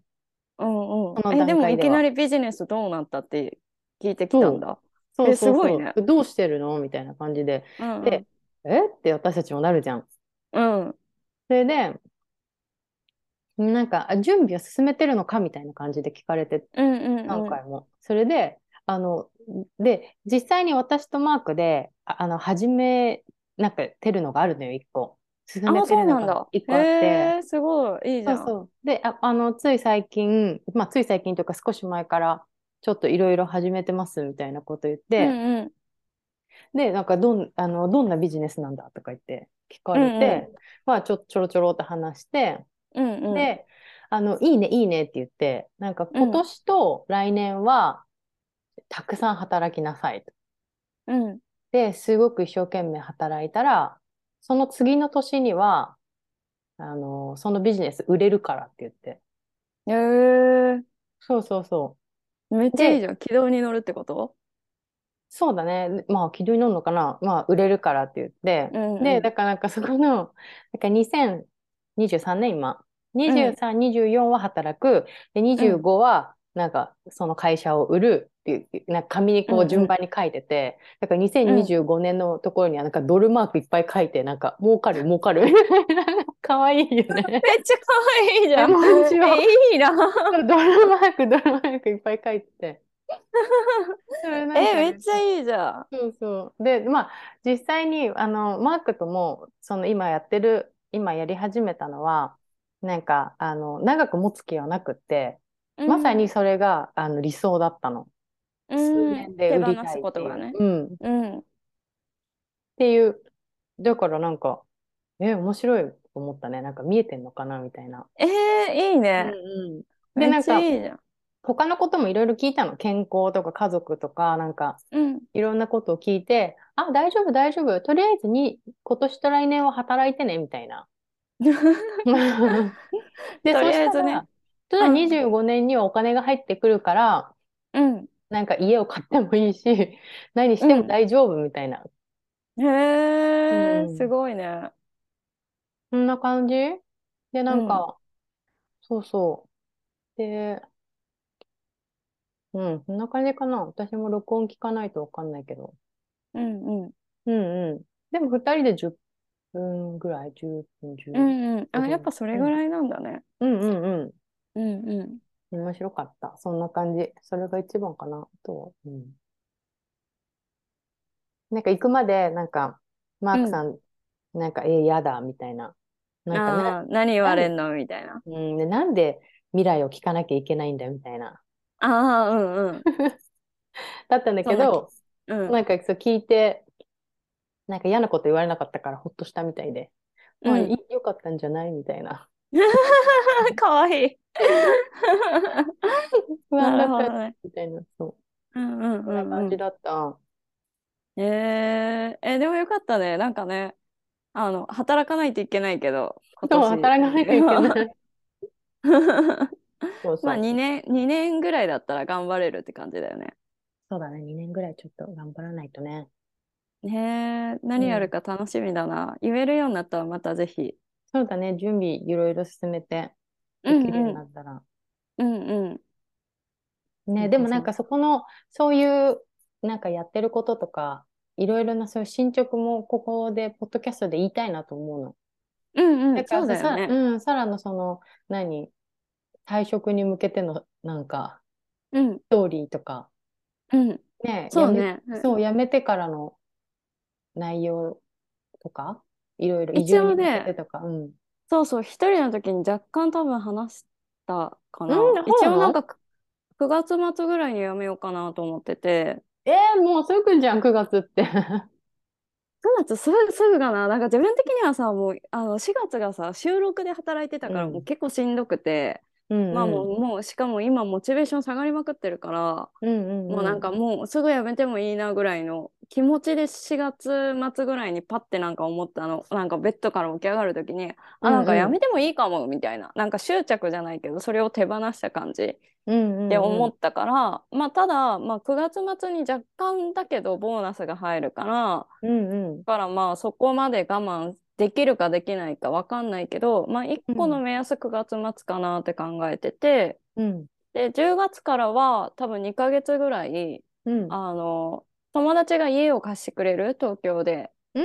Speaker 2: うんうん
Speaker 1: その
Speaker 2: えで
Speaker 1: 段
Speaker 2: も
Speaker 1: 階
Speaker 2: い
Speaker 1: では
Speaker 2: きなりビジネスどうなったって聞いてきたんだ。
Speaker 1: そう
Speaker 2: え
Speaker 1: そう
Speaker 2: すごい
Speaker 1: そう
Speaker 2: ね
Speaker 1: どうしてるのみたいな感じで、
Speaker 2: うんうん
Speaker 1: でえって私たちもなるじゃん。
Speaker 2: うん
Speaker 1: それで、なんか、あ準備は進めてるのかみたいな感じで聞かれて
Speaker 2: うんうんうん
Speaker 1: 何回も。それで、あの、で、実際に私とマークで、ああの、始め、なんか、てるのがあるのよ、一個。進め
Speaker 2: あ
Speaker 1: て
Speaker 2: そ
Speaker 1: る
Speaker 2: うな
Speaker 1: の
Speaker 2: ん
Speaker 1: が
Speaker 2: だ。
Speaker 1: 一個あって。
Speaker 2: えすごいいいじ
Speaker 1: そ
Speaker 2: ゃ。
Speaker 1: うんそう。で、あ、あの、つい最近、まあ、つい最近というか少し前から、ちょっといろいろ始めてますみたいなこと言っ
Speaker 2: う
Speaker 1: て、
Speaker 2: んうん
Speaker 1: で、なんか、どん、あの、どんなビジネスなんだとか言って聞かれて、
Speaker 2: うん
Speaker 1: まあ、ちょ、ちょろちょろっと話して、
Speaker 2: うんうん
Speaker 1: で、あの、いいね、いいねって言って、なんか
Speaker 2: うん
Speaker 1: 今年と来年は、たくさん働きなさいと。
Speaker 2: うん
Speaker 1: で、すごく一生懸命働いたら、その次の年には、あの、そのビジネス売れるからって言って。
Speaker 2: えー
Speaker 1: そうそうそう。
Speaker 2: めっちゃいいじゃん。軌道に乗るってこと
Speaker 1: そうだね。まあ、軌道に乗るのかな。まあ、売れるからって言って。
Speaker 2: うんうん
Speaker 1: で、だからなんかそこの、なんか2023年今、23、24は働く、で、25はなんかその会社を売るっていう、なんか紙にこ
Speaker 2: うんう
Speaker 1: うん順番に書いてて、だから2025年のところにはなんかドルマークいっぱい書いて、なんか儲かる儲かる。かわいいよね。
Speaker 2: めっちゃ可愛いじゃん。
Speaker 1: え面白
Speaker 2: えいいな。
Speaker 1: ドルマーク、ドルマークいっぱい書いて て。それなんかね
Speaker 2: えめっちゃいいじゃん。
Speaker 1: そうそう。で、まあ、実際に、あの、マークとも、その今やってる、今やり始めたのは、なんか、あの、長く持つ気はなくって、まさにそれが、あの、理想だったの。
Speaker 2: うん
Speaker 1: 数
Speaker 2: う
Speaker 1: 年
Speaker 2: ん
Speaker 1: で
Speaker 2: 手
Speaker 1: 売
Speaker 2: 放
Speaker 1: りたい
Speaker 2: す
Speaker 1: っ
Speaker 2: こ
Speaker 1: て
Speaker 2: と
Speaker 1: い
Speaker 2: が
Speaker 1: う
Speaker 2: ね。。
Speaker 1: うん。っ
Speaker 2: うん
Speaker 1: ていう。だからなんか、え、面白いと思ったね。なんか見えてんのかなみたいな。
Speaker 2: えー、いいね。
Speaker 1: で、
Speaker 2: め
Speaker 1: な
Speaker 2: っ
Speaker 1: ん
Speaker 2: ちゃ
Speaker 1: か、
Speaker 2: いいじゃん。
Speaker 1: 他のこともいろいろ聞いたの。健康とか家族とか、なんか、
Speaker 2: うん。
Speaker 1: いろんなことを聞いて、あ、大丈夫、大丈夫。とりあえずに、今年と来年は働いてね、みたいな。で、
Speaker 2: と
Speaker 1: そ
Speaker 2: りあえ
Speaker 1: し
Speaker 2: ず
Speaker 1: た
Speaker 2: ね
Speaker 1: ら、ただ
Speaker 2: うん
Speaker 1: 25年にはお金が入ってくるから、
Speaker 2: うん。
Speaker 1: なんか家を買ってもいいし、 何しても大丈夫みたいな。
Speaker 2: へえ、
Speaker 1: うん
Speaker 2: すごいね。
Speaker 1: そんな感じで、なんか、そうそう。で、うん、そんな感じかな。私も録音聞かないとわかんないけど。
Speaker 2: うんうん。
Speaker 1: うんうん。でも、二人で10分ぐらい、10分、10
Speaker 2: う
Speaker 1: 分。
Speaker 2: んうん。
Speaker 1: う
Speaker 2: あ、
Speaker 1: ん
Speaker 2: やっぱそれぐらいなんだね。
Speaker 1: うんうんうん。
Speaker 2: うんう
Speaker 1: 面白かった。そんな感じ。それが一番かな。あとは、うん。なんか行くまで、なんか、マークさんなんか、え、やだ、みたいな。なんかな、
Speaker 2: あー何言われんのみたいな。
Speaker 1: うん、でなんで未来を聞かなきゃいけないんだ、みたいな。
Speaker 2: ああ、うんうん。
Speaker 1: だったんだけど、
Speaker 2: うん、
Speaker 1: なんかそう聞いて、なんか嫌なこと言われなかったからほっとしたみたいで、まあ、
Speaker 2: う
Speaker 1: い
Speaker 2: ん、
Speaker 1: よかったんじゃないみたいな。
Speaker 2: かわい い。
Speaker 1: 不安 だ
Speaker 2: なる
Speaker 1: っ
Speaker 2: ほ
Speaker 1: た
Speaker 2: どね。
Speaker 1: みたいな、そ
Speaker 2: うんうん
Speaker 1: う、そん
Speaker 2: う
Speaker 1: なん
Speaker 2: う
Speaker 1: 感
Speaker 2: ん
Speaker 1: じ。だった。
Speaker 2: えー、え、でもよかったね。なんかね、あの、働かないといけないけど、今
Speaker 1: そう、
Speaker 2: 年。
Speaker 1: 働かないといけない。そう
Speaker 2: ま
Speaker 1: そ
Speaker 2: あ、
Speaker 1: う。
Speaker 2: 2年、二年ぐらいだったら頑張れるって感じだよね。
Speaker 1: そうだね、2年ぐらいちょっと頑張らないとね。
Speaker 2: ねえ、何やるか楽しみだな。言えるようになったらまたぜひ。
Speaker 1: そうだね、準備いろいろ進めて、
Speaker 2: う
Speaker 1: で
Speaker 2: ん
Speaker 1: きるよう
Speaker 2: う
Speaker 1: に
Speaker 2: ん、
Speaker 1: なったら。
Speaker 2: うんうん。
Speaker 1: ね、
Speaker 2: い
Speaker 1: で
Speaker 2: いで
Speaker 1: も
Speaker 2: す
Speaker 1: なん
Speaker 2: ね。
Speaker 1: かそこの、そういう、なんかやってることとか、いろいろなそういう進捗も、ここで、ポッドキャストで言いたいなと思うの。
Speaker 2: うんう
Speaker 1: だ
Speaker 2: ん、
Speaker 1: か
Speaker 2: そう
Speaker 1: らさ、
Speaker 2: だよ
Speaker 1: さ、
Speaker 2: ね。
Speaker 1: うん、さらのその、何、退職に向けての、なんか、
Speaker 2: うん、
Speaker 1: ストーリーとか、
Speaker 2: うん、
Speaker 1: ね、
Speaker 2: そ
Speaker 1: や
Speaker 2: う
Speaker 1: め、
Speaker 2: ね。うん
Speaker 1: そう、やめてからの内容とか、いろいろ移
Speaker 2: 一
Speaker 1: 住に
Speaker 2: 応
Speaker 1: 向けて
Speaker 2: ね、
Speaker 1: とか、うん。
Speaker 2: そうそう、一人の時に若干多分話したか
Speaker 1: う
Speaker 2: な。
Speaker 1: ん、
Speaker 2: 一
Speaker 1: そう
Speaker 2: 応
Speaker 1: な
Speaker 2: なん
Speaker 1: の
Speaker 2: かく9月末ぐらいに辞めようかなと思ってて、
Speaker 1: えー、もうすぐじゃん、9月って。
Speaker 2: 9月すぐ、すぐかな。なんか自分的にはさ、もうあの4月がさ、収録で働いてた
Speaker 1: う、
Speaker 2: からもうん結構しんどくて、
Speaker 1: う
Speaker 2: まあ
Speaker 1: ん、
Speaker 2: も
Speaker 1: うん、
Speaker 2: う、もうしかも今モチベーション下がりまくってるから、
Speaker 1: うん、
Speaker 2: もう
Speaker 1: う
Speaker 2: なん
Speaker 1: ん、
Speaker 2: かもうすぐ辞めてもいいなぐらいの気持ちで4月末ぐらいにパッてなんか思ったのなんかベッドから起き上がる時に
Speaker 1: う
Speaker 2: あなん
Speaker 1: ん、
Speaker 2: か
Speaker 1: う
Speaker 2: 辞
Speaker 1: ん、
Speaker 2: めてもいいかもみたいななんか執着じゃないけどそれを手放した感じっ
Speaker 1: うん、う
Speaker 2: て
Speaker 1: ん、う
Speaker 2: 思
Speaker 1: ん、
Speaker 2: ったからまあただ、まあ、9月末に若干だけどボーナスが入るから
Speaker 1: うん、うん、
Speaker 2: だからまあそこまで我慢できるかできないかわかんないけどまあ1
Speaker 1: う
Speaker 2: 個の
Speaker 1: ん、
Speaker 2: 目安9月末かなって考えてて。
Speaker 1: うん、
Speaker 2: で、10月からは多分2ヶ月ぐらい、
Speaker 1: うん。
Speaker 2: あの、友達が家を貸してくれる東京で、
Speaker 1: う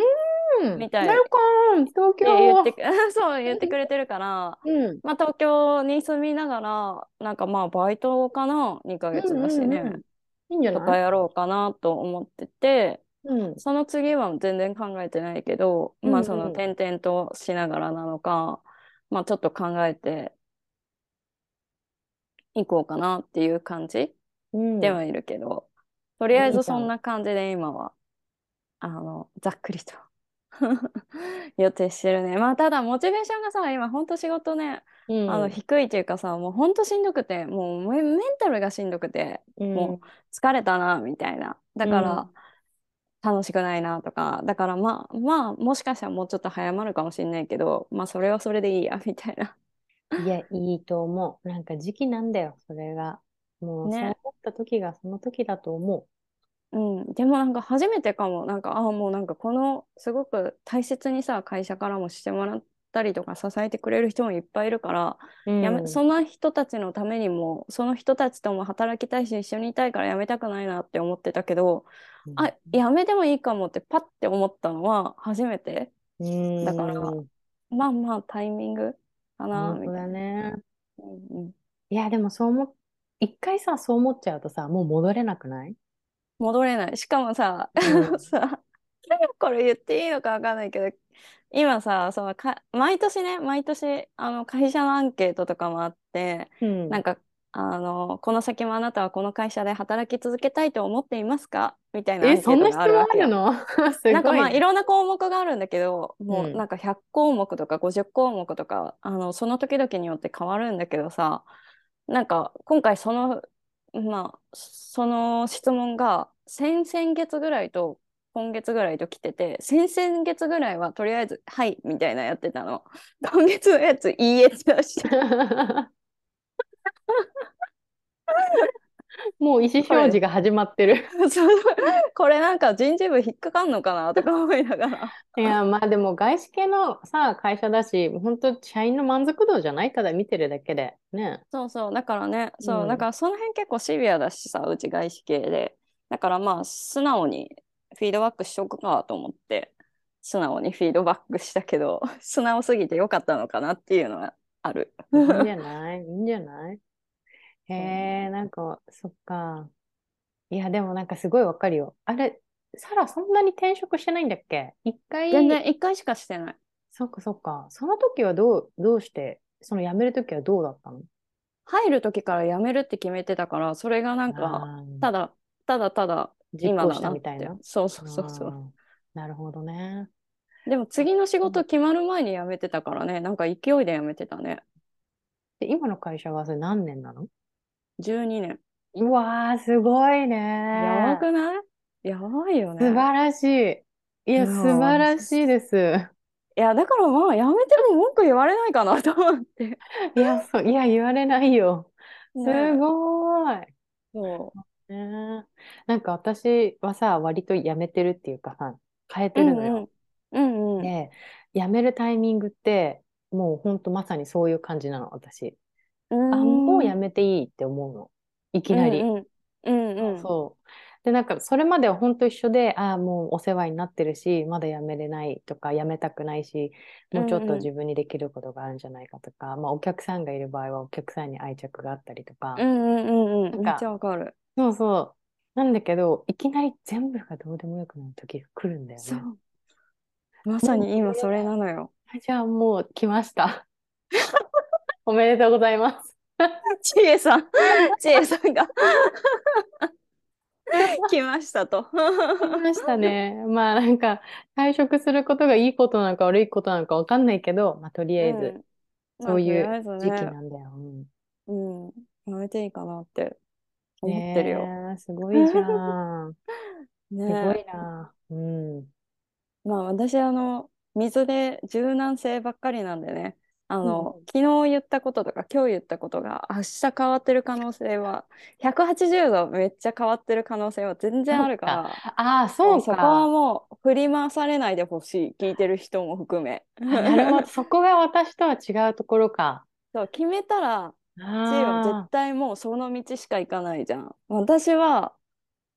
Speaker 1: ーん、
Speaker 2: みた
Speaker 1: ベ
Speaker 2: い
Speaker 1: ルカム、東
Speaker 2: で言って
Speaker 1: 京。
Speaker 2: く、 そう言ってくれてるから、
Speaker 1: うん、
Speaker 2: まあ東京に住みながら、なんかまあバイトかな、2
Speaker 1: う
Speaker 2: ヶ月だし
Speaker 1: ん、
Speaker 2: ね、
Speaker 1: うん、うん。いいんじゃ
Speaker 2: と
Speaker 1: な
Speaker 2: か
Speaker 1: い
Speaker 2: やろうかなと思ってて、
Speaker 1: うん、
Speaker 2: その次は全然考えてないけど、
Speaker 1: う
Speaker 2: まあ
Speaker 1: ん、
Speaker 2: その
Speaker 1: うん。
Speaker 2: 転々としながらなのか、まあちょっと考えていこうかなっていう感じ。
Speaker 1: う
Speaker 2: で
Speaker 1: ん、
Speaker 2: はいるけど、とりあえ
Speaker 1: いい
Speaker 2: ず
Speaker 1: じゃ
Speaker 2: そん
Speaker 1: ん。
Speaker 2: な感じで今は、あの、ざっくりと 予定してるね。まあ、ただ、モチベーションがさ、今、ほんと仕事ね、
Speaker 1: う
Speaker 2: あの、
Speaker 1: ん、
Speaker 2: 低いというかさ、もうほんとしんどくて、もうメメンタルがしんどくて、
Speaker 1: う
Speaker 2: も
Speaker 1: ん、
Speaker 2: う疲れたな、みたいな。だ
Speaker 1: う
Speaker 2: から、
Speaker 1: ん。
Speaker 2: 楽しくないなとか、だからまあ、まあ、もしかしたらもうちょっと早まるかもしんないけど、まあ、それはそれでいいや、みた いな。
Speaker 1: いや、いいと思う。なんか時期なんだよ、それが。もう、そう
Speaker 2: ね。
Speaker 1: 思った時がその時だと思
Speaker 2: うん、でもなんか初めてかもなんかああもうなんかこのすごく大切にさ会社からもしてもらったりとか支えてくれる人もいっぱいいるから
Speaker 1: う。
Speaker 2: やめ
Speaker 1: うん、
Speaker 2: その人たちのためにもその人たちとも働きたいし一緒にいたいからやめたくないなって思ってたけど
Speaker 1: う
Speaker 2: あ
Speaker 1: ん、
Speaker 2: やめてもいいかもってパッて思ったのは初めて
Speaker 1: う
Speaker 2: だから
Speaker 1: ん、
Speaker 2: まあまあタイミングかな
Speaker 1: 本
Speaker 2: み
Speaker 1: 当
Speaker 2: たい
Speaker 1: だ
Speaker 2: な。
Speaker 1: ね。
Speaker 2: うんうん
Speaker 1: いや、でもそう思っ、一回さ、そう思っちゃうとさ、もう戻れなくない
Speaker 2: 戻れない。しかもさ、
Speaker 1: うん、
Speaker 2: さ、これ言っていいのかわかんないけど、今さ、そのか、毎年ね、毎年、あの、会社のアンケートとかもあって、
Speaker 1: う
Speaker 2: なん
Speaker 1: ん、
Speaker 2: か、あの、この先もあなたはこの会社で働き続けたいと思っていますかみたいなア
Speaker 1: え、
Speaker 2: ンケ
Speaker 1: そ
Speaker 2: ー
Speaker 1: ん
Speaker 2: ト
Speaker 1: な質
Speaker 2: がある
Speaker 1: 問
Speaker 2: わ
Speaker 1: あ
Speaker 2: け
Speaker 1: る
Speaker 2: よ。
Speaker 1: の す
Speaker 2: なんか
Speaker 1: ごい
Speaker 2: まあい
Speaker 1: ね。
Speaker 2: ろんな項目があるんだけど、
Speaker 1: う、
Speaker 2: もうなんんか100項目とか50項目とか、あの、その時々によって変わるんだけどさ、なんか今回その、まあ、その質問が先々月ぐらいと今月ぐらいと来てて、先々月ぐらいはとりあえず、はい、みたいなやってたの。 今月のやつ、いいえって出して、
Speaker 1: もう意思
Speaker 2: こ
Speaker 1: 表
Speaker 2: れ、
Speaker 1: 示が始まってる。
Speaker 2: そう これなんか人事部引っかかんのかなとか思いながら。
Speaker 1: いや、まあでも外資系のさ、会社だし、本当社員の満足度じゃないただ見てるだけで。ね。
Speaker 2: そうそう、だからね、
Speaker 1: う
Speaker 2: そう、だか
Speaker 1: ん。
Speaker 2: らその辺結構シビアだしさ、うち外資系で。だからまあ、素直にフィードバックしとくかと思って、素直にフィードバックしたけど、 素直すぎてよかったのかなっていうのはある。
Speaker 1: いいんじゃないいいんじゃないへ
Speaker 2: そう
Speaker 1: え、
Speaker 2: ね。
Speaker 1: なんか、そっか。いや、でもなんかすごいわかるよ。あれ、サラ、そんなに転職してないんだっけ一回、
Speaker 2: 全然一回しかしてない。
Speaker 1: そっかそっか。その時はどう、どうして、その辞める時はどうだったの
Speaker 2: 入る時から辞めるって決めてたから、それがなんか、
Speaker 1: あー
Speaker 2: ただ、ただただ
Speaker 1: 実
Speaker 2: 今
Speaker 1: 行
Speaker 2: だ
Speaker 1: した
Speaker 2: なっ
Speaker 1: みたい
Speaker 2: て
Speaker 1: な。。
Speaker 2: そうそうそうそう
Speaker 1: あ。ーなるほどね。
Speaker 2: でも次の仕事決まる前に辞めてたからね、なんか勢いで辞めてたね。
Speaker 1: で、今の会社はそれ何年なの
Speaker 2: 12年。
Speaker 1: うわー、すごいね
Speaker 2: やばくないやばいよね。
Speaker 1: 素晴らしい。いや、
Speaker 2: いやー
Speaker 1: 素晴らしいです。
Speaker 2: いや、だからまあ、辞めても文句言われないかなと思って。
Speaker 1: いや、 そう、いや、言われないよ。す
Speaker 2: ね
Speaker 1: ごーい。
Speaker 2: そう。
Speaker 1: ねえなんか私はさ、割とやめてるっていうかさ、変えてるのよ。
Speaker 2: うんうん。うんうん。
Speaker 1: で、やめるタイミングって、もうほんとまさにそういう感じなの、私。あ、もうやめていいって思うの。いきなり。
Speaker 2: うんうん。うんうん。
Speaker 1: そう。で、なんかそれまでは本当一緒で、ああ、もうお世話になってるし、まだ辞めれないとか、辞めたくないし、もうちょっ
Speaker 2: うんう
Speaker 1: と
Speaker 2: ん
Speaker 1: 自分にできることがあるんじゃないかとか、まあお客さんがいる場合はお客さんに愛着があったりとか、
Speaker 2: うんうんうんうん。め
Speaker 1: なんか
Speaker 2: っちゃわかる。
Speaker 1: そうそう。なんだけど、いきなり全部がどうでもよくなる時が来るんだよ
Speaker 2: そ
Speaker 1: ね。
Speaker 2: う。まさに今それなのよ。
Speaker 1: じゃあもう来ました。 おめでとうございます。
Speaker 2: ちえ さん、ちえさんが 来ましたと。
Speaker 1: 来ましたね。 まあなんか退職することがいいことなのか悪いことなのかわかんないけど、まあとりあえず
Speaker 2: うん
Speaker 1: そういう
Speaker 2: まあとりあえず
Speaker 1: 時期
Speaker 2: ね
Speaker 1: なんだよ。うん
Speaker 2: うん、やめていいかなって思ってるよ。
Speaker 1: ねえすごいじゃ ん。す
Speaker 2: ね
Speaker 1: ごいな。うん。
Speaker 2: まあ私あの水で柔軟性ばっかりなんでねあの、
Speaker 1: う
Speaker 2: 昨日言ったこととか今日言ったことが明日変わってる可能性は180度めっちゃ変わってる可能性は全然あるから
Speaker 1: ああ、そう
Speaker 2: そこ は
Speaker 1: か。
Speaker 2: もう振り回されないでほしい聞いてる人も含め。
Speaker 1: なるほど。そこが私とは違うところ か。
Speaker 2: そう決めたら知恵は
Speaker 1: あ
Speaker 2: 絶対もうその道しか行かないじゃん。私は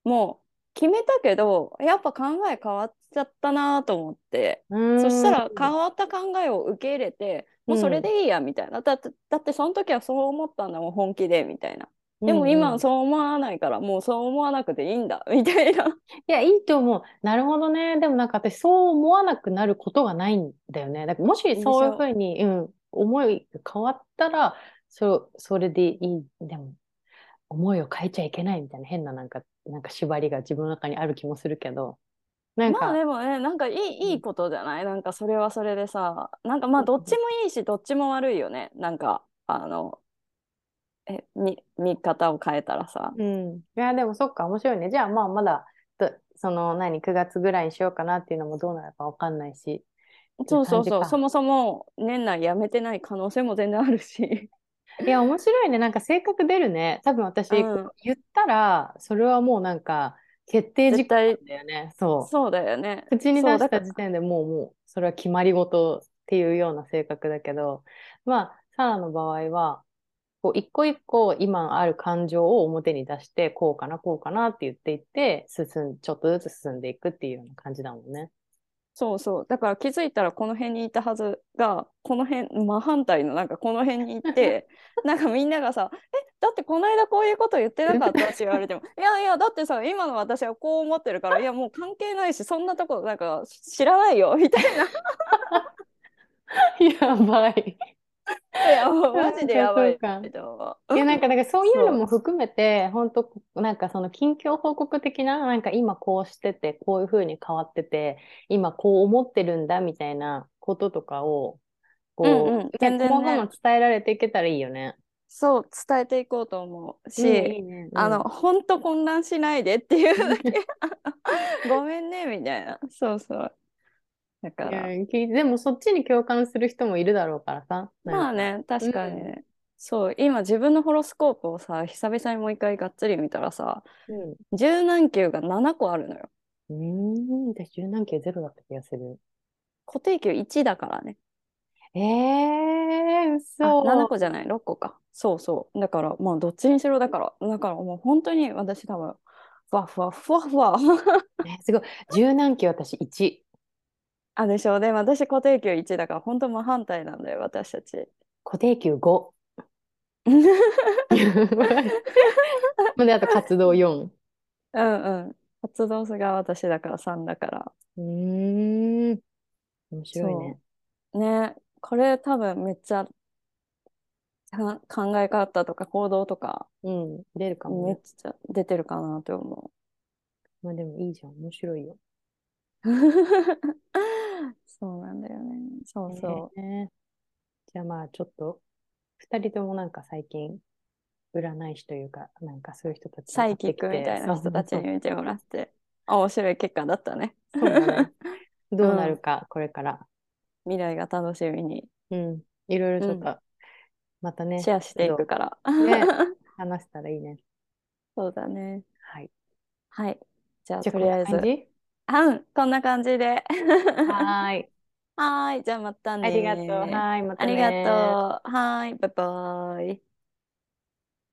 Speaker 2: もう決めたけどやっぱ考え変わっちゃったなと思って。
Speaker 1: あ。うーん
Speaker 2: そしたら変わった考えを受け入れて、もうそれでいいやみたいなだってだってその時はそう思ったんだもん本気でみたいなでも今
Speaker 1: うんう
Speaker 2: は
Speaker 1: ん
Speaker 2: そう思わないから、もうそう思わなくていいんだ みたいな
Speaker 1: いや、いいと思う。なるほどね。でもなんか私、そう思わなくなることがないんだよね。だからもしそういうふうに、うん、思いが変わったら、そ、それでいい。でも、思いを変えちゃいけないみたいな変ななんか、なんか縛りが自分の中にある気もするけど。なん
Speaker 2: まあ
Speaker 1: か、
Speaker 2: でもねなんかい
Speaker 1: うん
Speaker 2: いいいことじゃないなんかそれはそれでさなんかま
Speaker 1: う
Speaker 2: あ
Speaker 1: んう
Speaker 2: ど
Speaker 1: ん
Speaker 2: っちもいいしどっちも悪いよねなんかあのえ見見方を変えたらさ
Speaker 1: うん。いや、でもそっか、面白いね。じゃあ、まあ、まだ、とその、何、9月ぐらいにしようかなっていうのもどうなるかわかんないし。
Speaker 2: そうそう
Speaker 1: ってい
Speaker 2: そ
Speaker 1: 感
Speaker 2: うう
Speaker 1: じか
Speaker 2: そもそも年内やめてない可能性も全然あるし
Speaker 1: いや、面白いね。なんか性格出るね。多分私、
Speaker 2: うん
Speaker 1: 言ったら、それはもうなんか、決定事項なんだよね。そう。
Speaker 2: そうだよね
Speaker 1: 口に出
Speaker 2: そう
Speaker 1: し
Speaker 2: だか
Speaker 1: た
Speaker 2: ら
Speaker 1: 時点でもう、もう、それは決まり事っていうような性格だけど、まあ、サラの場合は、こう、一個一個今ある感情を表に出して、こうかな、こうかなって言っていって、進ん、ちょっとずつ進んでいくっていうような感じだもんね。
Speaker 2: そうそう。だから気づいたらこの辺にいたはずが、この辺、真反対のなんかこの辺にい て、なんかみんながさ、え、だってこの間こういうこと言ってなかったって言われ ても、いやいや、だってさ、今の私はこう思ってるから、いやもう関係ないし、そんなとこなんか知らないよ、みたい な。
Speaker 1: やばい。
Speaker 2: いや、もうマジでやばいけど。
Speaker 1: いや、なんか、だからそういうの
Speaker 2: そう
Speaker 1: も含めて、本当なんかその近況報告的な、なんか今こうしてて、こういう風に変わってて、今こう思ってるんだみたいなこととかを、こう、
Speaker 2: うんうん全
Speaker 1: ね、
Speaker 2: 然ね
Speaker 1: 細々伝えられていけたらいいよね。
Speaker 2: そう、伝えていこうと思うし、
Speaker 1: いいね。
Speaker 2: あの、ほんと混乱しないでっていうだ け。ごめんね、みたいな。そうそう。だ
Speaker 1: う
Speaker 2: か
Speaker 1: ん、
Speaker 2: ら。
Speaker 1: いやきでもそっちに共感する人もいるだろうからさ。
Speaker 2: まあ
Speaker 1: なんか。
Speaker 2: ね、確かに
Speaker 1: う
Speaker 2: ね。そう、今自分のホロスコープをさ、久々にもう一回がっつり見たらさ、
Speaker 1: うん。
Speaker 2: 柔軟球が7個あるのよ。
Speaker 1: うーん、私柔軟系ゼロだった気がする。
Speaker 2: 固定球1だからね。
Speaker 1: ええー、
Speaker 2: あ、
Speaker 1: 嘘。
Speaker 2: 7個じゃない、6個か。そうそう。だから、まあ、どっちにしろだから、だからもう本当に私多分、ふわふわ、ふわふわ。
Speaker 1: ねすごい。柔軟系私1。
Speaker 2: あ、でしょ。で、私固定球1だから、本当真反対なんだよ、私たち。
Speaker 1: 固定給5。もうで、あと活動4。
Speaker 2: うんうん。活動すが私だから3だから。
Speaker 1: うーん。面白いね。
Speaker 2: ね、これ多分めっちゃか考え方とか行動とか
Speaker 1: うん。出るかも
Speaker 2: めっ
Speaker 1: ね。
Speaker 2: ちゃ出てるかなと思
Speaker 1: まあでもいいじゃん。面白いよ。
Speaker 2: う。 そうなんだよね。そうそ
Speaker 1: ねじゃあまあちょっと、二人ともなんか最近、占い師というか、なんかそういう人た
Speaker 2: う。
Speaker 1: ち
Speaker 2: サ
Speaker 1: に
Speaker 2: イキ
Speaker 1: 会
Speaker 2: ッ
Speaker 1: ってきて
Speaker 2: クみたいな人たちに
Speaker 1: そう
Speaker 2: 見てもらって、面白い結果だったね。
Speaker 1: そうそうだねどうなるか、これから。
Speaker 2: 未来が楽しみに
Speaker 1: うん。いろいろちょっと、またね
Speaker 2: シ、ェアしていくから。
Speaker 1: ね話したらいいね。
Speaker 2: そうだね。
Speaker 1: はい。
Speaker 2: はい。じゃあ、
Speaker 1: じゃあ
Speaker 2: とりあえ
Speaker 1: こんな
Speaker 2: ず。
Speaker 1: 感じ
Speaker 2: うん、こんな感じで。
Speaker 1: はーい。
Speaker 2: はーい。じゃあ、またね。
Speaker 1: ありがとう。はーい。また
Speaker 2: あり
Speaker 1: ね
Speaker 2: がとう。はーい。バイバイ。